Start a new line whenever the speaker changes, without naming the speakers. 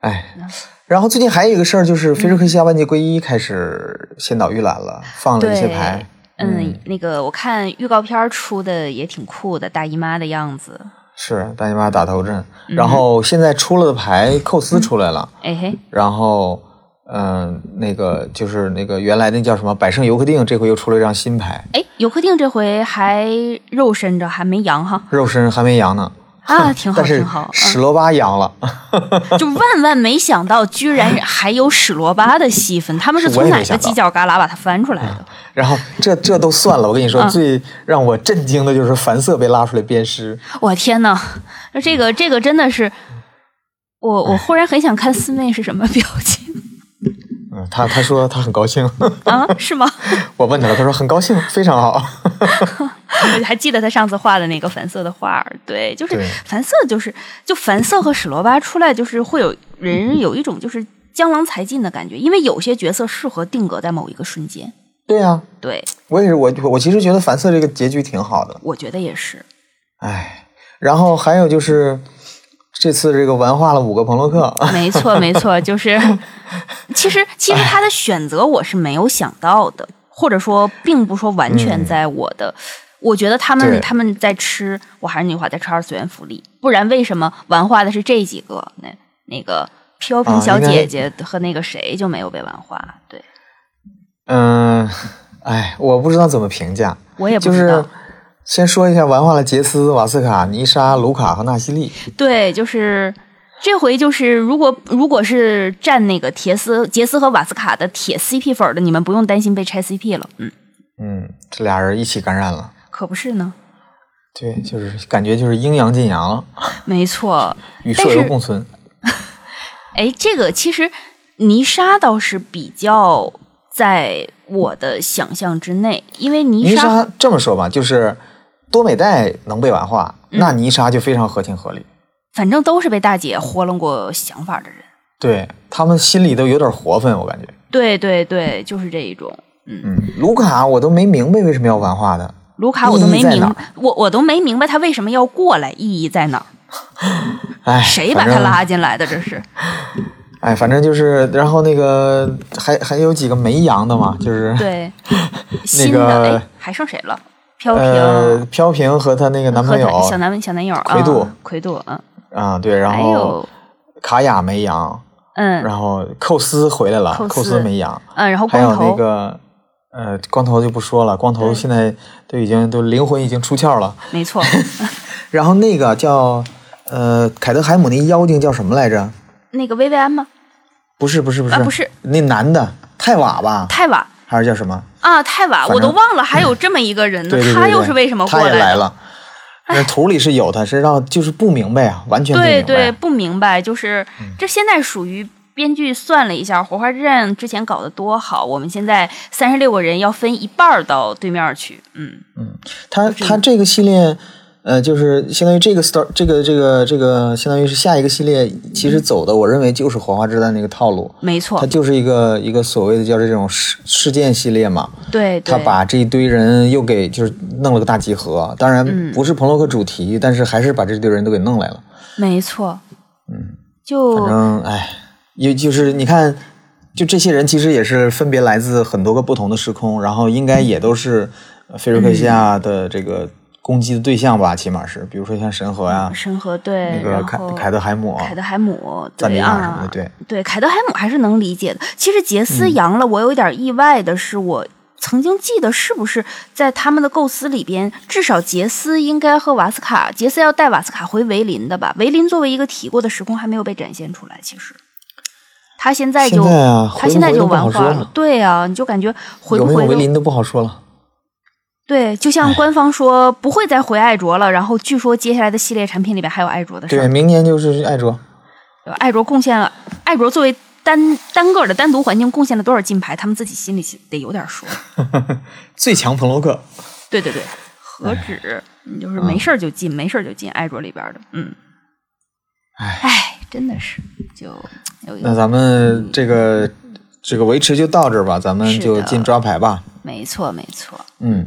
哎，
嗯
然后最近还有一个事儿，就是《飞驰科技下半季》归一开始先导预览了，放了一些牌。
嗯，那个我看预告片出的也挺酷的，大姨妈的样子。
是大姨妈打头阵，
嗯
然后现在出了的牌，寇斯出来了，
哎嘿，
然后嗯、那个就是那个原来那叫什么百胜尤克定，这回又出了一张新牌，
哎，尤克定这回还肉伸着，还没阳哈
肉身还没阳呢，
啊， 挺好
但是
挺好，
史罗巴阳了，
嗯，就万万没想到，居然还有史罗巴的戏份，他们是
我
从
也没
哪个
想到嗯
犄角旮旯把它翻出来的？
然后这这都算了，我跟你说，
嗯
最让我震惊的就是樊瑟被拉出来鞭尸，
我天呐，那这个这个真的是，我我忽然很想看四妹是什么表情
嗯，他他说他很高兴，
啊？是吗？
我问他了，他说很高兴，非常好，
我 还记得他上次画的那个凡瑟的画儿，对，就是
对
凡瑟，就是就凡瑟和史罗巴出来，就是会有人有一种就是江郎才尽的感觉，因为有些角色适合定格在某一个瞬间，
对呀、啊，
对
我也是，我我其实觉得樊瑟这个结局挺好的，
我觉得也是，
哎，然后还有就是这次这个玩化了五个朋洛克，
没错没错，就是其实其实他的选择我是没有想到的，或者说并不说完全在我的。我觉得他
嗯对
们他们在吃，我还是那句话，在吃二次元福利，不然为什么玩化的是这几个？那那个飘
啊
萍小
应该
姐姐和那个谁就没有被玩化？对
嗯，哎，我不知道怎么评价，
我也不
就
知道，
是先说一下玩化了杰斯、瓦斯卡、尼莎、卢卡和纳西利，
对，就是这回就是如果如果是占那个铁丝杰斯和瓦斯卡的铁 CP 粉儿的，你们不用担心被拆 CP 了，嗯，
嗯，这俩人一起感染了。
可不是呢，
对，就是感觉就是阴阳尽阳了，
没错，
与
但
舍友
是
共存。
哎，这个其实泥沙倒是比较在我的想象之内，因为泥
泥
沙
莎这么说吧，就是多美代能被玩化，
嗯
那泥莎就非常合情合理。
反正都是被大姐豁楞过想法的人。
对他们心里都有点活分，我感觉。
对对对，就是这一种。
嗯，卢卡我都没明白为什么要玩化的，
卢卡我都
意义
没
在
明
哪儿，
我我都没明白他为什么要过来，意义在哪儿？
哎，
谁把
反
他
正
拉进来的？这是
哎，反正就是，然后那个还还有几个没阳的嘛，就是
对新的
个
哎，还剩谁了？飘萍、
呃，飘萍和她那个男
和
朋友
他小男小男友
魁度
啊，魁度嗯，
啊，对，然
还
后
有
卡雅没阳，
嗯
然后寇斯回来了，
寇斯
寇斯没阳，
嗯，然后
还
光
有
头
那个呃，光头就不说了，光头
对
现在都已经都灵魂已经出窍了，
没错，
然后那个叫呃凯德海姆那妖精叫什么来着？
那个薇薇安吗？
不是不是不是、
啊不是
那男的泰瓦吧，
泰瓦
还是叫什么？
啊，泰瓦，
正嗯
我都忘了还有这么一个人呢
对对，对
他
对
又是为什么过
他也
的
来？了，那图里是有他，是让就是不明白啊，完全不明
对
白。嗯
对，不明白，就是这现在属于编剧算了一下，《火花之战》之前搞得多好，我们现在三十六个人要分一半儿到对面去，嗯，
他他这个系列，呃，就是相当于这个 star 这个这个这个相当于是下一个系列，其实走的我认为就是《火花之战》那个套路，
没
它
错，
就是一个一个所谓的叫这种事事件系列嘛。
对
他
对，
把这一堆人又给就是弄了个大集合，当
嗯
然不是彭洛克主题，但是还是把这堆人都给弄来了。
没错，嗯，
反
就
正哎，也就是你看，就这些人其实也是分别来自很多个不同的时空，然后应该也都是呃菲瑞克西亚
嗯
的这个攻击的对象吧，起码是，比如说像神河呀、
嗯神和对，
啊那个
然
凯
后
凯德海姆、啊
凯德海姆，
赞
对
尼
啊，
亚什么的，对，
对，凯德海姆还是能理解的。其实杰
嗯
斯阳了，我有一点意外的是，我曾经记得是不是在他们的构思里边，至少杰斯应该和瓦斯卡，杰斯要带瓦斯卡回维林的吧？维林作为一个提过的时空，还没有被展现出来。其实他现在就
现在啊
他现在
回不
就
回都不好
玩化
说
了
了，
对啊，你就感觉回
有
不
没有
回
维
都
林都不好说了。
对，就像官方说不会再回艾卓了，然后据说接下来的系列产品里边还有艾卓的事儿
对，。明年就是艾卓，
对吧艾卓贡献了，艾卓作为单单个儿的单独环境贡献了多少金牌，他们自己心里得有点数。
最强彭洛克。
对对对，何止你就是没事儿就进，没事儿就进艾卓里边儿的，嗯，
哎，嗯
哎，真的是就有一
那
个
咱们这个这个维持就到这儿吧，咱们
是
就
的
进抓牌吧。
没错没错，
嗯，